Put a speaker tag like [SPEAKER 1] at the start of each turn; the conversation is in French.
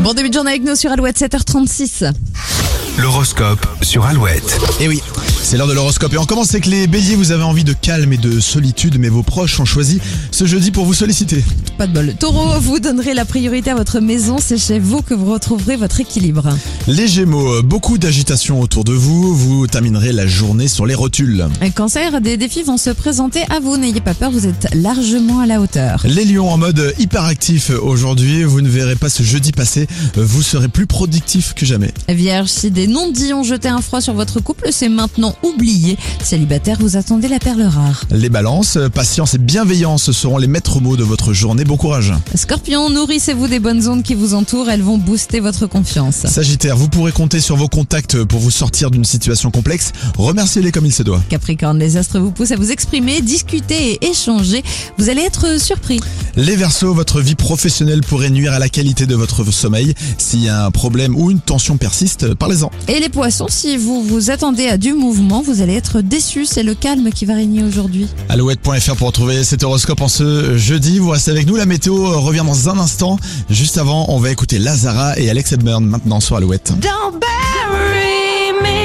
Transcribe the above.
[SPEAKER 1] Bon début de journée avec nous sur Alouette 7h36.
[SPEAKER 2] L'horoscope sur Alouette.
[SPEAKER 3] Et Eh oui, c'est l'heure de l'horoscope. Et on commence avec les béliers. Vous avez envie de calme et de solitude, mais vos proches ont choisi ce jeudi pour vous solliciter.
[SPEAKER 1] Pas de bol. Taureau, vous donnerez la priorité à votre maison. C'est chez vous que vous retrouverez votre équilibre.
[SPEAKER 3] Les gémeaux, euh, beaucoup d'agitation autour de vous. Vous terminerez la journée sur les rotules.
[SPEAKER 1] Un cancer, des défis vont se présenter à vous. N'ayez pas peur, vous êtes largement à la hauteur.
[SPEAKER 3] Les lions en mode hyperactif aujourd'hui. Vous ne verrez pas ce jeudi passer. Vous serez plus productif que jamais.
[SPEAKER 1] Vierge, si des non-dits ont jeté un froid sur votre couple, c'est maintenant oublié. Célibataire, vous attendez la perle rare.
[SPEAKER 3] Les balances, euh, patience et bienveillance seront les maîtres mots de votre journée. Bon courage.
[SPEAKER 1] Scorpion, nourrissez-vous des bonnes ondes qui vous entourent. Elles vont booster votre confiance.
[SPEAKER 3] Sagittaire, vous pourrez compter sur vos contacts pour vous sortir d'une situation complexe. Remerciez-les comme il se doit.
[SPEAKER 1] Capricorne, les astres vous poussent à vous exprimer, discuter et échanger. Vous allez être surpris.
[SPEAKER 3] Les Verseaux, votre vie professionnelle pourrait nuire à la qualité de votre sommeil. S'il y a un problème ou une tension persiste, parlez-en.
[SPEAKER 1] Et les poissons, si vous vous attendez à du mouvement, vous allez être déçus. C'est le calme qui va régner aujourd'hui.
[SPEAKER 3] Alouette.fr pour retrouver cet horoscope en ce jeudi. Vous restez avec nous. La météo euh, revient dans un instant. Juste avant, on va écouter Lazara et Alex Edburn maintenant sur Alouette.
[SPEAKER 4] Don't bury me.